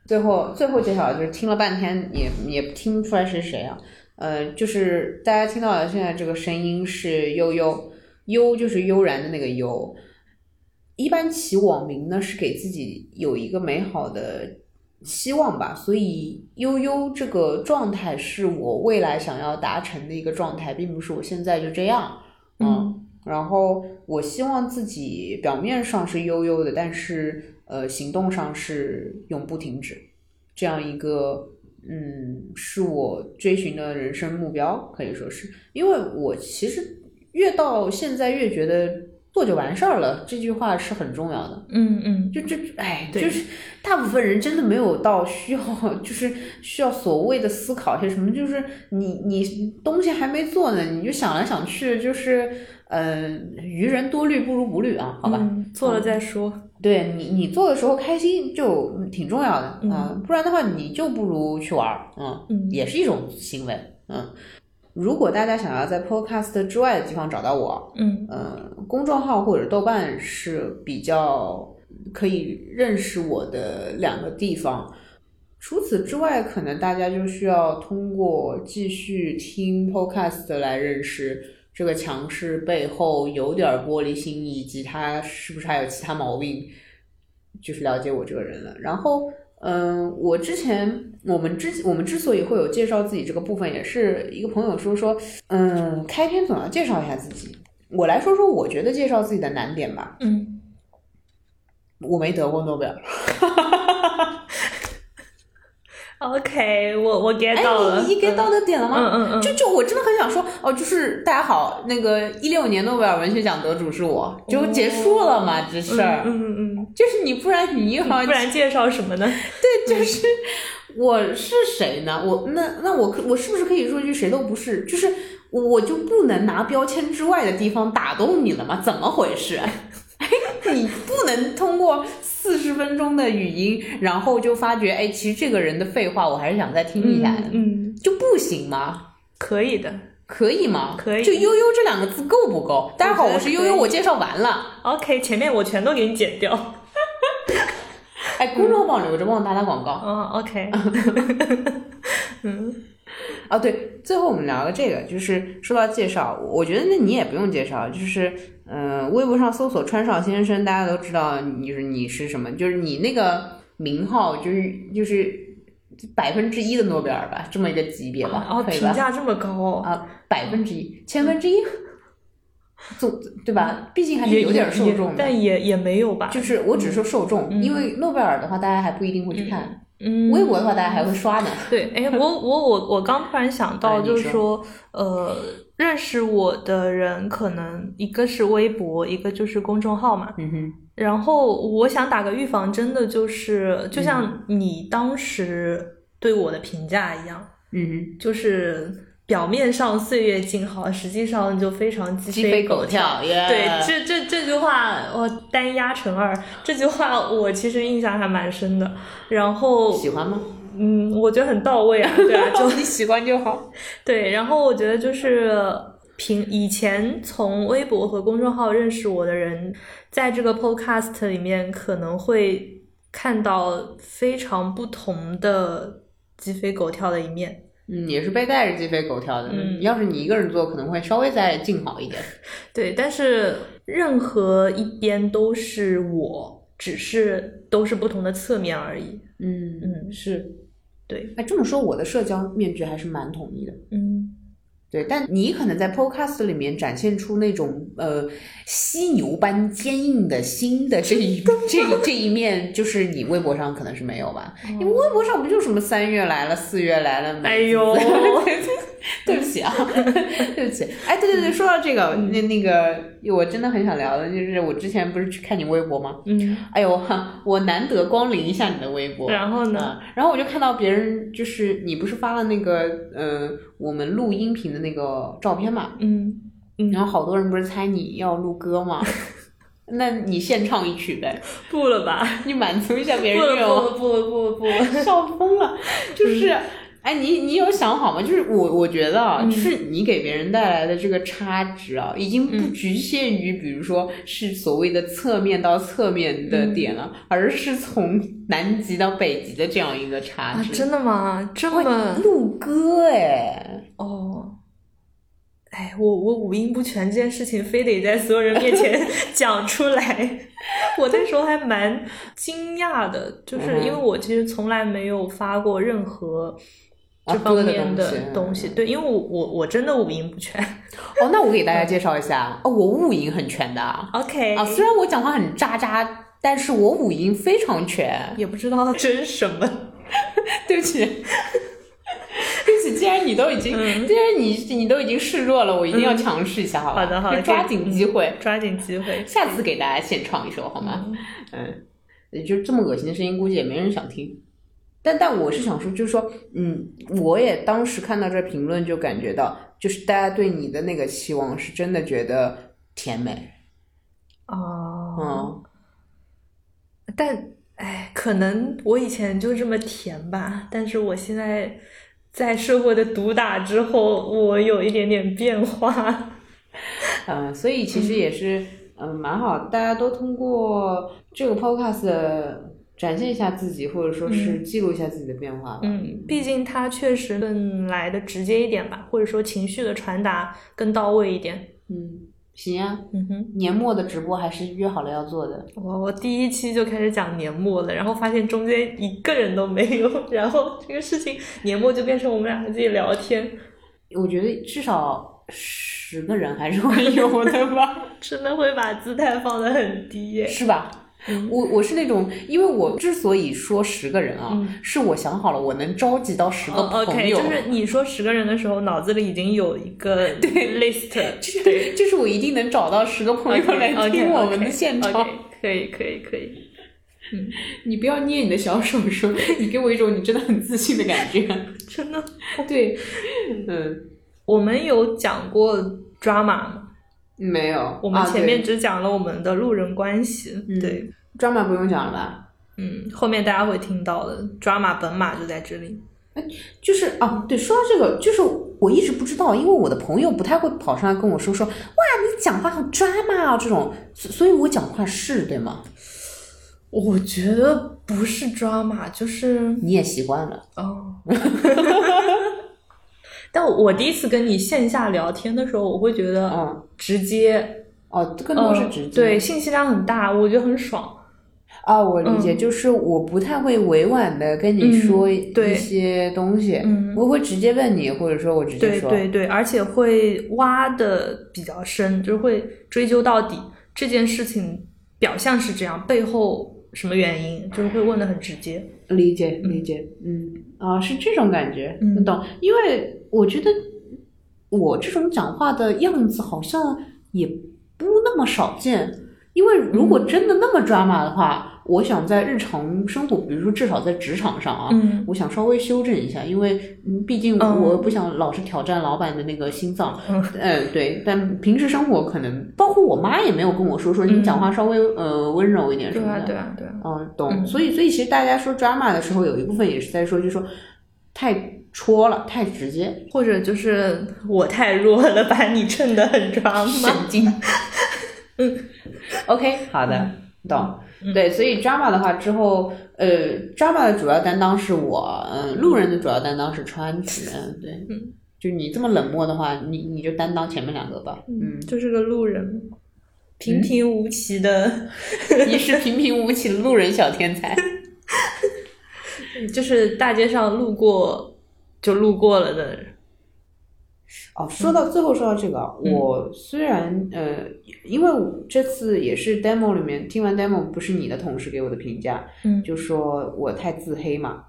S1: 最后，最后介绍就是听了半天也也不听不出来谁是谁啊，呃，就是大家听到的现在这个声音是悠悠，悠就是悠然的那个悠。一般起网名呢是给自己有一个美好的希望吧，所以悠悠这个状态是我未来想要达成的一个状态，并不是我现在就这样。啊
S2: 嗯
S1: 然后我希望自己表面上是悠悠的，但是呃，行动上是永不停止，这样一个嗯，是我追寻的人生目标，可以说是因为我其实越到现在越觉得做就完事儿了，这句话是很重要的。
S2: 嗯嗯，
S1: 就这，哎，
S2: 对
S1: 就是大部分人真的没有到需要， 就是需要所谓的思考些什么，就是你你东西还没做呢，你就想来想去，就是呃，于人多虑不如不虑啊，好吧？
S2: 嗯，做了再说。
S1: 对你你做的时候开心就挺重要的啊、
S2: 嗯
S1: 不然的话你就不如去玩儿，嗯，
S2: 嗯，
S1: 也是一种行为，嗯。如果大家想要在 Podcast 之外的地方找到我，
S2: 嗯
S1: 呃，公众号或者豆瓣是比较可以认识我的两个地方。除此之外，可能大家就需要通过继续听 Podcast 来认识这个强势背后有点玻璃心，以及他是不是还有其他毛病，就是了解我这个人了。然后，嗯、我之前我们之我们之所以会有介绍自己这个部分，也是一个朋友说说，嗯，开篇总要介绍一下自己。我来说说我觉得介绍自己的难点吧。
S2: 嗯，
S1: 我没得过诺贝尔，
S2: OK，我我 get 到了，
S1: 哎，你 get 到的点了
S2: 嗯
S1: 吗？
S2: 嗯嗯，
S1: 就就我真的很想说哦，就是大家好，那个一六年诺贝尔文学奖得主是我，就结束了嘛，这事儿。
S2: 嗯嗯嗯，
S1: 就是你，不然你好像
S2: 不然介绍什么呢？
S1: 对，就是我是谁呢？我那那我可我是不是可以说一句谁都不是？就是我我就不能拿标签之外的地方打动你了吗？怎么回事？ 哎，你不能通过四十分钟的语音，然后就发觉，哎，其实这个人的废话我还是想再听一下的，
S2: 嗯，嗯
S1: 就不行吗？
S2: 可以的。
S1: 可以吗？
S2: 可以
S1: 就悠悠这两个字够不够？大家好，
S2: 我觉
S1: 我
S2: 得
S1: 是悠悠，
S2: 可以
S1: 我介绍完了。
S2: OK，前面我全都给你剪掉。
S1: 哎，公众号保留着，帮我打打广告。
S2: 嗯，OK，嗯
S1: 啊，对，最后我们聊了这个，就是说到介绍，我觉得那你也不用介绍，就是嗯、呃微博上搜索川少先生，大家都知道你是你是什么，就是你那个名号就是就是百分之一的诺贝尔吧，这么一个级别吧，
S2: 哦，
S1: 可以
S2: 评
S1: 吧？
S2: 价这么高哦，
S1: 啊，百分之一，千分之一，总对吧？毕竟还是
S2: 嗯也
S1: 有点
S2: 也
S1: 受
S2: 也
S1: 众的。
S2: 但也也没有吧。
S1: 就是我只说受众，
S2: 嗯
S1: 因为诺贝尔的话，大家还不一定会去看；
S2: 嗯，
S1: 微博的话，大家还会刷呢。
S2: 对，哎，我我我我刚突然想
S1: 哎
S2: 到，
S1: 你
S2: 就是说，呃，认识我的人可能一个是微博，一个就是公众号嘛。
S1: 嗯哼，
S2: 然后我想打个预防针的，就是就像你当时对我的评价一样，
S1: 嗯哼，
S2: 就是表面上岁月静好，实际上就非常鸡
S1: 鸡飞
S2: 狗呃
S1: 狗。跳，耶！
S2: 对，这这这句话我单压乘二，这句话我其实印象还蛮深的。然后，
S1: 喜欢吗？
S2: 嗯，我觉得很到位啊，对啊，就
S1: 你喜欢就好。
S2: 对，然后我觉得就是平以前从微博和公众号认识我的人，在这个 podcast 里面可能会看到非常不同的鸡飞狗跳的一面。
S1: 嗯，也是被带着鸡飞狗跳的。
S2: 嗯
S1: 要是你一个人做，可能会稍微再静好一点。
S2: 对，但是任何一边都是我，只是都是不同的侧面而已。
S1: 嗯
S2: 嗯
S1: 是。
S2: 对，
S1: 哎，这么说，我的社交面具还是蛮统一的。
S2: 嗯，
S1: 对，但你可能在 Podcast 里面展现出那种呃犀牛般坚硬的心的这一这一这一面，就是你微博上可能是没有吧？因为微博上不就什么三月来了，四月来了，
S2: 哦哎呦
S1: 对不起啊，对不起。哎，对对对，说到这个，那那个我真的很想聊的就是，我之前不是去看你微博吗？
S2: 嗯，
S1: 哎呦，哈我难得光临一下你的微博，
S2: 然后呢？
S1: 嗯，然后我就看到别人就是你不是发了那个呃我们录音频的那个照片嘛，
S2: 嗯嗯，
S1: 然后好多人不是猜你要录歌嘛，那你献唱一曲呗，
S2: 不了吧？
S1: 你满足一下别
S2: 不
S1: 人愿望，
S2: 了，不了，不了，不了，不 了。
S1: 笑疯了，就是。哎，你你有想好吗？就是我我觉得啊，
S2: 嗯
S1: 就是你给别人带来的这个差值啊，已经
S2: 嗯
S1: 不局限于比如说是所谓的侧面到侧面的点
S2: 嗯
S1: 了，而是从南极到北极的这样一个差
S2: 啊，
S1: 值。
S2: 真的吗？这么
S1: 录歌哎，
S2: 哦，哎，我我五音不全这件事情，非得在所有人面 前讲出来，我那时候还蛮惊讶的，就是因为我其实从来没有发过任何
S1: 啊
S2: 这方
S1: 歌的
S2: 面
S1: 东
S2: 的
S1: 西
S2: 东西，嗯对，因为我我我真的五音不全。
S1: 哦，那我给
S2: 嗯
S1: 大家介绍一下，哦，我五音很全的啊，
S2: OK，、
S1: 啊，虽然我讲话很渣渣，但是我五音非常全。
S2: 也不知道真什么。
S1: 对不起，对不起，既然你都已经，
S2: 嗯
S1: 既然你你都已经示弱了，我一定要尝试一下，好吧？
S2: 好的好嗯的
S1: 就抓紧机会。
S2: 抓紧机会。
S1: 下次给大家献唱一首好吗？嗯，就这么恶心的声音，估计也没人想听。但但我是想说，就是说，嗯，我也当时看到这评论，就感觉到，就是大家对你的那个期望，是真的觉得甜美，
S2: 哦，
S1: 嗯，
S2: 但哎，可能我以前就这么甜吧，但是我现在在社会的毒打之后，我有一点点变化。
S1: 呃，所以其实也是，嗯、蛮好，大家都通过这个 podcast 展现一下自己，或者说是记录一下自己的变化吧。
S2: 嗯，毕竟它确实更来的直接一点吧，或者说情绪的传达更到位一点。
S1: 嗯，行啊，
S2: 嗯哼，
S1: 年末的直播还是约好了要做的。
S2: 我我第一期就开始讲年末了，然后发现中间一个人都没有，然后这个事情年末就变成我们俩自己聊天，
S1: 我觉得至少十个人还是会有的吧，
S2: 真的会把姿态放得很低耶。
S1: 是吧？
S2: 嗯
S1: 我我是那种，因为我之所以说十个人啊，
S2: 嗯
S1: 是我想好了我能召集到十个
S2: 哦
S1: 朋
S2: ，OK，
S1: 友，
S2: 就是你说十个人的时候，脑子里已经有一个 list，
S1: 就是就是我一定能找到十个朋友来听我们的现场。
S2: o k 可以，可以，可以。
S1: 你不要捏你的小手说，你给我一种你真的很自信的感觉。
S2: 真的，
S1: 对，嗯，
S2: 我们有讲过 drama 吗？
S1: 没有，
S2: 我们前面
S1: 啊
S2: 只讲了我们的路人关系，
S1: 嗯
S2: 对，
S1: 对 drama 不用讲了吧？
S2: 嗯，后面大家会听到的 drama 本码就在这里。
S1: 就是啊，对，说到这个，就是我一直不知道，因为我的朋友不太会跑上来跟我说说，哇，你讲话很 drama 啊这种，所所以我讲话是对吗？
S2: 我觉得不是 drama，就是
S1: 你也习惯了，
S2: 哦。但我第一次跟你线下聊天的时候，我会觉得
S1: 嗯，
S2: 直接
S1: 哦，更多是直接、
S2: 嗯对，信息量很大，我觉得很爽。
S1: 啊，我理解，就是我不太会委婉的跟你说
S2: 嗯对
S1: 一些东西，
S2: 嗯
S1: 我会直接问你，或者说我直接
S2: 对
S1: 说，
S2: 对对，而且会挖的比较深，就是会追究到底这件事情表象是这样，背后什么原因，就是会问的很直接。
S1: 理解理解，嗯啊，是这种感觉，
S2: 嗯
S1: 懂？因为我觉得我这种讲话的样子好像也不那么少见，因为如
S2: 嗯
S1: 果真的那么 drama 的话，我想在日常生活，比如说至少在职场上啊。
S2: 嗯
S1: 我想稍微修正一下，因为嗯毕竟
S2: 嗯
S1: 我不想老是挑战老板的那个心脏。
S2: 嗯
S1: 嗯，对。但平时生活可能，包括我妈也没有跟我说说你
S2: 嗯
S1: 讲话稍微呃温柔一点什
S2: 对
S1: 么的。
S2: 啊，对啊，对啊。
S1: 嗯，懂。
S2: 嗯
S1: 所以，所以其实大家说 drama 的时候，有一部分也是在说，就是说太戳了，太直接，
S2: 或者就是我太弱了，把你衬得很 drama。
S1: 经。嗯，OK，好的，懂。对，所以 drama 的话之后，呃，drama 的主要担当是我，嗯，路人的主要担当是川子，嗯，对，
S2: 嗯，
S1: 就你这么冷漠的话，你你就担当前面两个吧，嗯，
S2: 就是个路人，平平无奇的，
S1: 你嗯是平平无奇的路人小天才，
S2: 就是大街上路过就路过了的人。
S1: 哦，说到最后说到这个，
S2: 嗯
S1: 我虽然呃，因为这次也是 demo 里面听完 demo，不是你的同事给我的评价，
S2: 嗯，
S1: 就说我太自黑嘛。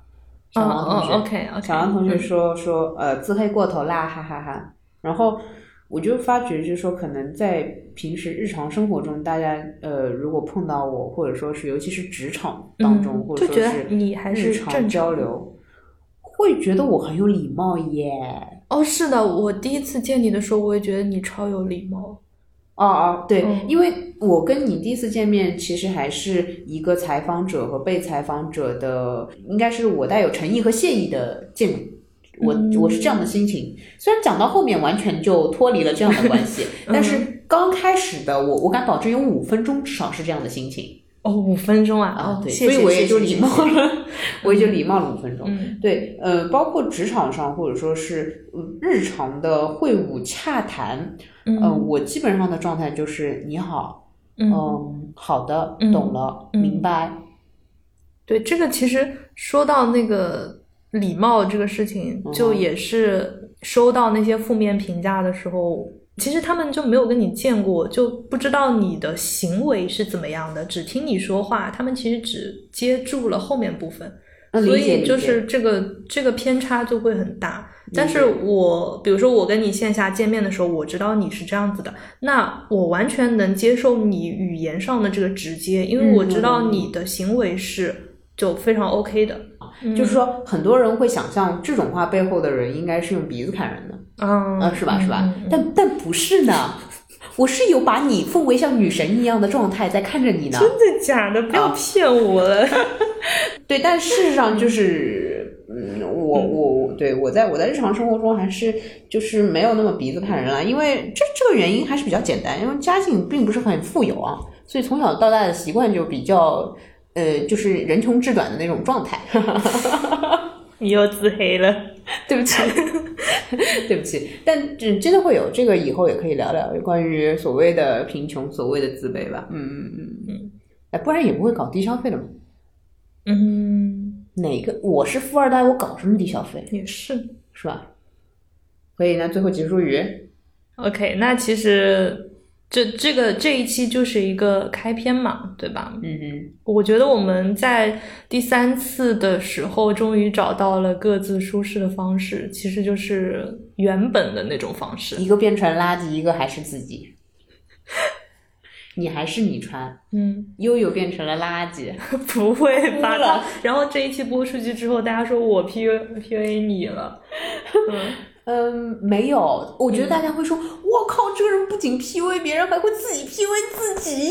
S1: 小
S2: 哦
S1: 王同学，
S2: 哦，OK 嗯 OK。
S1: 小王同学说说呃自黑过头啦，哈哈哈然后我就发觉，就是说可能在平时日常生活中，大家呃如果碰到我，或者说是尤其是职场当中，
S2: 嗯
S1: 或者
S2: 就
S1: 说
S2: 觉得
S1: 是
S2: 你还
S1: 日
S2: 是
S1: 常
S2: 正
S1: 交
S2: 常
S1: 流，会觉得我很有礼貌耶。
S2: 哦，是的，我第一次见你的时候，我也觉得你超有礼貌。
S1: 哦哦，对，
S2: 嗯
S1: 因为我跟你第一次见面，其实还是一个采访者和被采访者的，应该是我带有诚意和谢意的见你。我
S2: 嗯
S1: 我是这样的心情，虽然讲到后面完全就脱离了这样
S2: 嗯
S1: 的关系，但是刚开始的我，我敢保证有五分钟至少是这样的心情。
S2: 哦，五分钟啊，
S1: 啊
S2: 哦，，
S1: 对，
S2: 谢谢
S1: 所以我也就
S2: 谢谢
S1: 礼貌 了，我也就礼貌了五分钟。
S2: 嗯
S1: 对，呃，包括职场上或者说是呃日常的会晤洽谈，
S2: 嗯
S1: 呃，我基本上的状态就是你好，
S2: 嗯
S1: 嗯，好的，
S2: 嗯
S1: 懂了，
S2: 嗯
S1: 明白，
S2: 对，这个其实说到那个礼貌这个事情，就
S1: 嗯
S2: 也是收到那些负面评价的时候，其实他们就没有跟你见过，就不知道你的行为是怎么样的，只听你说话，他们其实只接住了后面部分。
S1: 嗯，
S2: 所
S1: 理解
S2: 以
S1: 理
S2: 就
S1: 解
S2: 是这个这个偏差就会很大。但
S1: 解
S2: 是我比如说我跟你线下见面的时候，我知道你是这样子的，那我完全能接受你语言上的这个直接，因为
S1: 嗯
S2: 我知道
S1: 嗯嗯
S2: 你的行为是就非常 OK 的。
S1: 就是说，很多人会想象这种话背后的人应该是用鼻子砍人的，
S2: 嗯，
S1: 啊，是吧？是吧
S2: 嗯？嗯
S1: 但但不是呢，我是有把你奉为像女神一样的状态在看着你呢。
S2: 真的假的？不要
S1: 啊
S2: 骗我了。
S1: 对，但事实上就是，嗯，我我我对我在我在日常生活中还是就是没有那么鼻子看人了，啊因为这这个原因还是比较简单，因为家境并不是很富有啊，所以从小到大的习惯就比较。呃，就是人穷志短的那种状态，
S2: 你又自黑了。
S1: 对不起， 对不起，但真真的会有这个，以后也可以聊聊关于所谓的贫穷、所谓的自卑吧。嗯嗯嗯嗯，哎，不然也不会搞低消费了嘛。
S2: 嗯，
S1: 哪个我是富二代，我搞什么低消费？
S2: 也是。
S1: 是吧？所以呢，最后结束语，
S2: OK，那其实这这个这一期就是一个开篇嘛，对吧？
S1: 嗯嗯，
S2: 我觉得我们在第三次的时候，终于找到了各自舒适的方式，其实就是原本的那种方式。
S1: 一个变成垃圾，一个还是自己， 你还是你穿，
S2: 嗯，
S1: 悠悠变成了垃圾，
S2: 不会吧
S1: 哭了？
S2: 然后这一期播出去之后，大家说我 P U P U A 你 了。嗯，
S1: 嗯，没有，我觉得大家会说，我靠，这个人不仅 PUA 别人，还会自己 PUA 自己，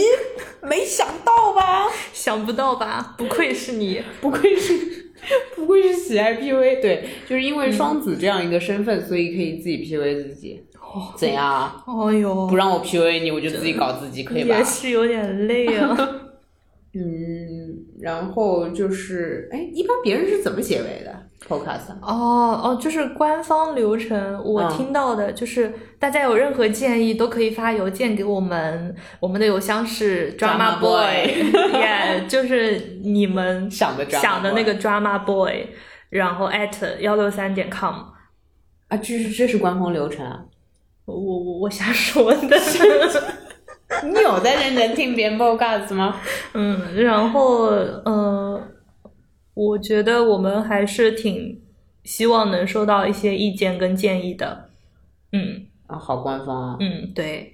S1: 没想到吧？
S2: 想不到吧？不愧是你。
S1: 不愧是。不愧是喜爱 PUA，对，就是因
S2: 嗯
S1: 为双子这样一个身份，所以可以自己 PUA 自己。
S2: 哦，
S1: 怎样啊？
S2: 哎呦，
S1: 不让我 PUA 你，我就自己搞自己，可以吧？
S2: 也是有点累啊。
S1: 嗯，然后就是，哎，一般别人是怎么结尾的？Podcast 啊
S2: 哦哦，就是官方流程，我
S1: 嗯
S2: 听到的就是大家有任何建议都可以发邮件给我们，我们的邮箱是
S1: Drama
S2: drama boy，yeah，就是你们
S1: 想的 drama
S2: 想的
S1: boy
S2: 那个 drama boy，然后 at 幺六三点 com，
S1: 啊，这是这是官方流程啊！
S2: 我我我瞎说的，
S1: 你有在认真听别人 Podcast 吗？
S2: 嗯，然后呃，我觉得我们还是挺希望能收到一些意见跟建议的，嗯
S1: 啊，好官方啊！
S2: 嗯，对。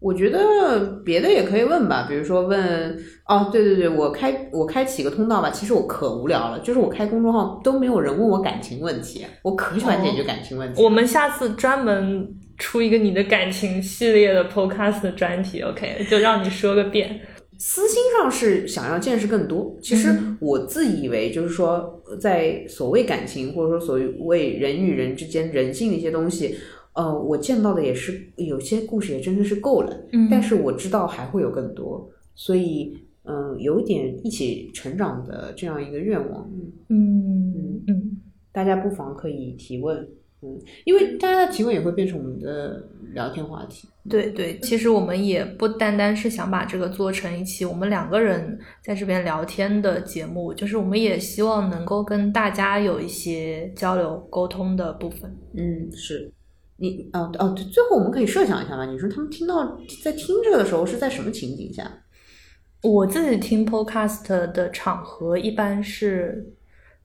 S1: 我觉得别的也可以问吧，比如说问哦，对对对，我开我开启个通道吧。其实我可无聊了，就是我开公众号都没有人问我感情问题，我可喜欢解决感情问题。
S2: 哦我们下次专门出一个你的感情系列的 podcast 的专题，OK，就让你说个遍。
S1: 私心上是想要见识更多。其实我自以为就是说，在所谓感情或者说所谓人与人之间人性的一些东西，呃，我见到的也是有些故事也真的是够了。
S2: 嗯
S1: 但是我知道还会有更多，所以嗯、呃有一点一起成长的这样一个愿望，嗯
S2: 嗯嗯，
S1: 大家不妨可以提问。嗯，因为大家的提问也会变成我们的聊天话题。
S2: 对对，其实我们也不单单是想把这个做成一期我们两个人在这边聊天的节目，就是我们也希望能够跟大家有一些交流沟通的部分。
S1: 嗯，是。你哦哦，对最后我们可以设想一下吧。你说他们听到在听这个的时候是在什么情景下？
S2: 我自己听 podcast 的场合一般是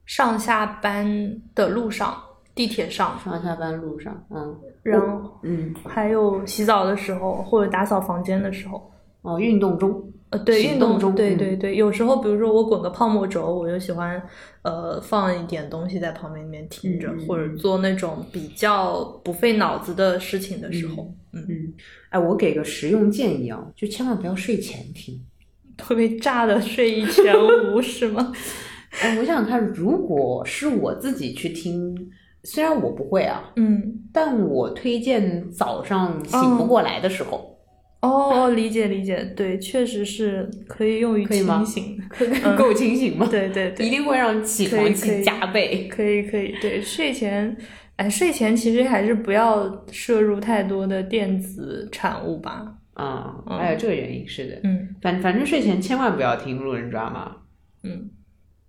S2: 上下班的路上、地铁上，
S1: 上下班路上，嗯
S2: 然后。
S1: 嗯，
S2: 还有洗澡的时候或者打扫房间的时候，
S1: 哦，运动中，
S2: 呃，对
S1: 行
S2: 运
S1: 动
S2: 动
S1: 中
S2: 对
S1: 嗯
S2: 对对，有时候比如说我滚个泡沫轴，我就喜欢呃放一点东西在旁边那边听着，
S1: 嗯嗯嗯
S2: 或者做那种比较不费脑子的事情的时候，嗯，
S1: 嗯，哎，我给个实用建议啊，就千万不要睡前听。
S2: 会被炸的睡意全无 是吗？
S1: 哎，我想想看，如果是我自己去听，虽然我不会啊，
S2: 嗯，
S1: 但我推荐早上醒不过来的时候，
S2: 哦，理解理解，对，确实是可以用于
S1: 可以吗
S2: 清醒。
S1: 够清醒吗？
S2: 对对
S1: 一
S2: 对，
S1: 定会让起
S2: 可
S1: 床
S2: 以可
S1: 气
S2: 以
S1: 加倍。
S2: 可以可以，对，睡前，哎，睡前其实还是不要摄入太多的电子产物吧。
S1: 啊、
S2: 嗯
S1: 还有这个原因是的，
S2: 嗯，
S1: 反反正睡前千万不要听路人抓马。
S2: 嗯，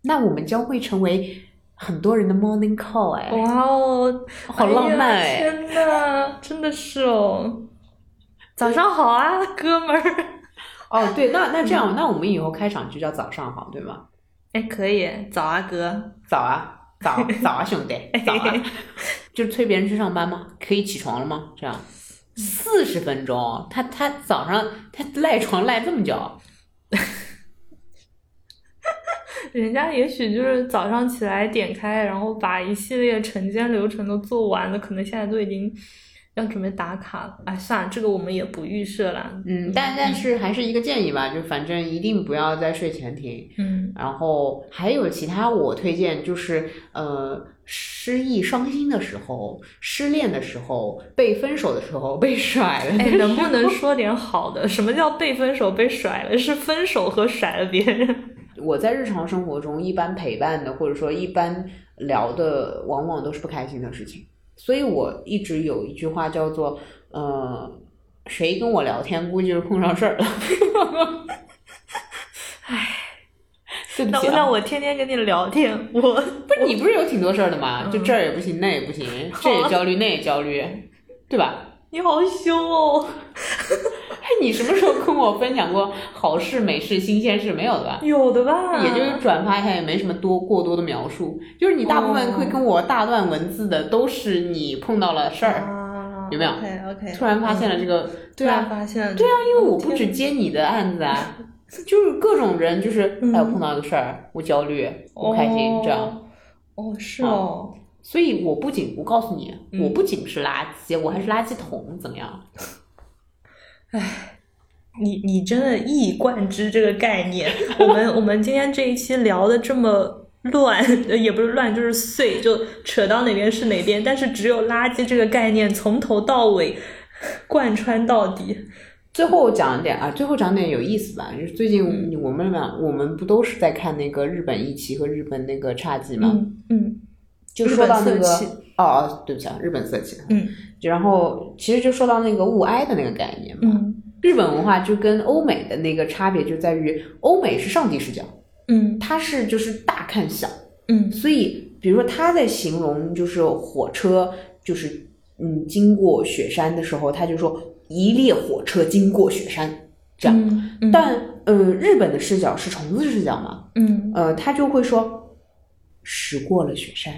S1: 那我们将会成为很多人的 morning call 哎，
S2: 哇哦，
S1: 好浪漫
S2: 哎呀
S1: 哎！
S2: 天呐，真的是哦。早上好啊， 哥们儿。
S1: 哦，对，那那这样，那我们以后开场就叫早上好，对吗？
S2: 哎，可以，早啊，哥。
S1: 早啊，早早啊，兄弟，早啊！就是催别人去上班吗？可以起床了吗？这样四十分钟，他他早上他赖床赖这么久，
S2: 人家也许就是早上起来点开，然后把一系列晨间流程都做完了，可能现在都已经要准备打卡了。哎，算了，这个我们也不预设了。
S1: 嗯，但但是还是一个建议吧，就反正一定不要在睡前听。
S2: 嗯
S1: 然后还有其他我推荐，就是呃，失意、伤心的时候、失恋的时候、被分手的时候、被甩了的
S2: 哎，
S1: 时候
S2: 能不能说点好的？什么叫被分手、被甩了？是分手和甩了别 人。
S1: 我在日常生活中一般陪伴的，或者说一般聊的，往往都是不开心的事情。所以我一直有一句话叫做，呃，谁跟我聊天，估计是碰上事儿了。 对不
S2: 那
S1: 起、啊，
S2: 那我天天跟你聊天，我
S1: 不是你不是有挺多事儿的吗？
S2: 嗯
S1: 就这儿也不行，那也不行，这
S2: 好啊
S1: 也焦虑，那也焦虑，对吧？
S2: 你好凶哦！
S1: 哎，你什么时候跟我分享过好事、美事、新鲜事？没有的吧？
S2: 有的吧？
S1: 也就是转发一下，也没什么多过多的描述，就是你大部
S2: 哦
S1: 分会跟我大段文字的，都是你碰到了事儿，
S2: 啊，
S1: 有没有
S2: ？OK OK。
S1: 突然发现了这个，
S2: 突
S1: 对啊
S2: 然，发现，
S1: 对啊，因为我不
S2: 嗯天
S1: 止接你的案子 啊，就是各种人，就是
S2: 嗯
S1: 哎，我碰到一个事儿，我焦虑，我不开心，这样。
S2: 哦。哦，是哦，
S1: 所以我不仅我告诉你，
S2: 嗯
S1: 我不仅是垃圾，我还是垃圾桶，怎么样？
S2: 你你真的一以贯之这个概念。我们我们今天这一期聊的这么乱，呃也不是乱，就是碎，就扯到哪边是哪边。但是只有垃圾这个概念从头到尾贯穿到底。
S1: 最后讲点啊，最后讲点有意思吧，就是最
S2: 嗯
S1: 近我们俩，我们不都是在看那个日本一期和日本那个侘寂吗？
S2: 嗯嗯
S1: 就说到那个
S2: 日本色气
S1: 哦哦，对不起啊，日本色情。
S2: 嗯
S1: 就然后其实就说到那个物哀的那个概念嘛，
S2: 嗯
S1: 日本文化就跟欧美的那个差别就在于，欧美是上帝视角，
S2: 嗯
S1: 它是就是大看小，
S2: 嗯
S1: 所以比如说他在形容就是火车就是嗯经过雪山的时候，他就说一列火车经过雪山这样，
S2: 嗯嗯
S1: 但呃日本的视角是虫子视角嘛，
S2: 嗯
S1: 呃，他就会说驶过了雪山，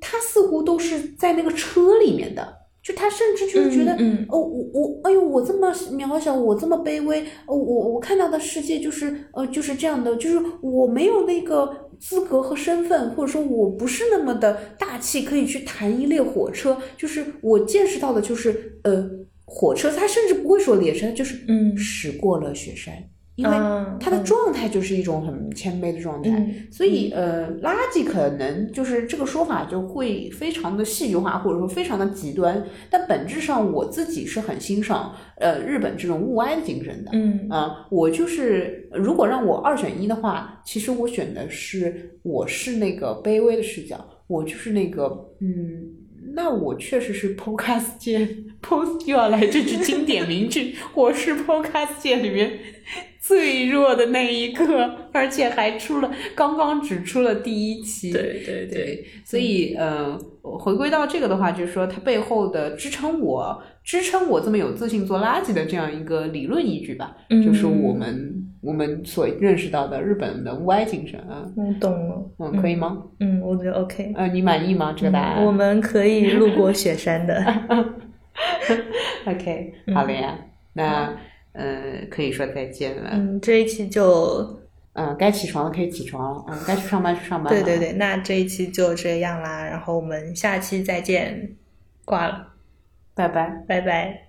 S1: 他似乎都是在那个车里面的，就他甚至就是觉得，
S2: 嗯嗯
S1: 哦，我我，哎呦，我这么渺小，我这么卑微，哦，我我看到的世界就是呃就是这样的，就是我没有那个资格和身份，或者说我不是那么的大气，可以去谈一列火车，就是我见识到的就是呃火车，他甚至不会说列车，就是
S2: 嗯
S1: 驶过了雪山，因为。
S2: 嗯
S1: 他的状态就是一种很谦卑的状态，
S2: 嗯
S1: 所以呃，垃圾可能就是这个说法就会非常的戏剧化，或者说非常的极端。但本质上，我自己是很欣赏呃日本这种物哀的精神的。
S2: 嗯
S1: 啊、我就是如果让我二选一的话，其实我选的是我是那个卑微的视角，我就是那个嗯，那我确实是 podcast 界 post 又要来这句经典名句，我是 podcast 界里面最弱的那一个，而且还出了刚刚只出了第一期，
S2: 对对对嗯
S1: 对，所以呃，回归到这个的话，就是说它背后的支撑我支撑我这么有自信做垃圾的这样一个理论依据吧，
S2: 嗯
S1: 就是我们我们所认识到的日本的 Y 精神啊，
S2: 我懂了，
S1: 嗯，可以吗？
S2: 嗯，我觉得 OK。
S1: 呃，你满意吗？这个答案、
S2: 我们可以路过雪 山的。
S1: o k
S2: 嗯
S1: 好了呀，那呃，可以说再见了，嗯、
S2: 嗯，这一期就
S1: 该起床了可以起床了，嗯、该去上班去上班，
S2: 对对，对，那这一期就这样啦，然后我们下期再见，挂了，
S1: 拜拜。
S2: 拜拜。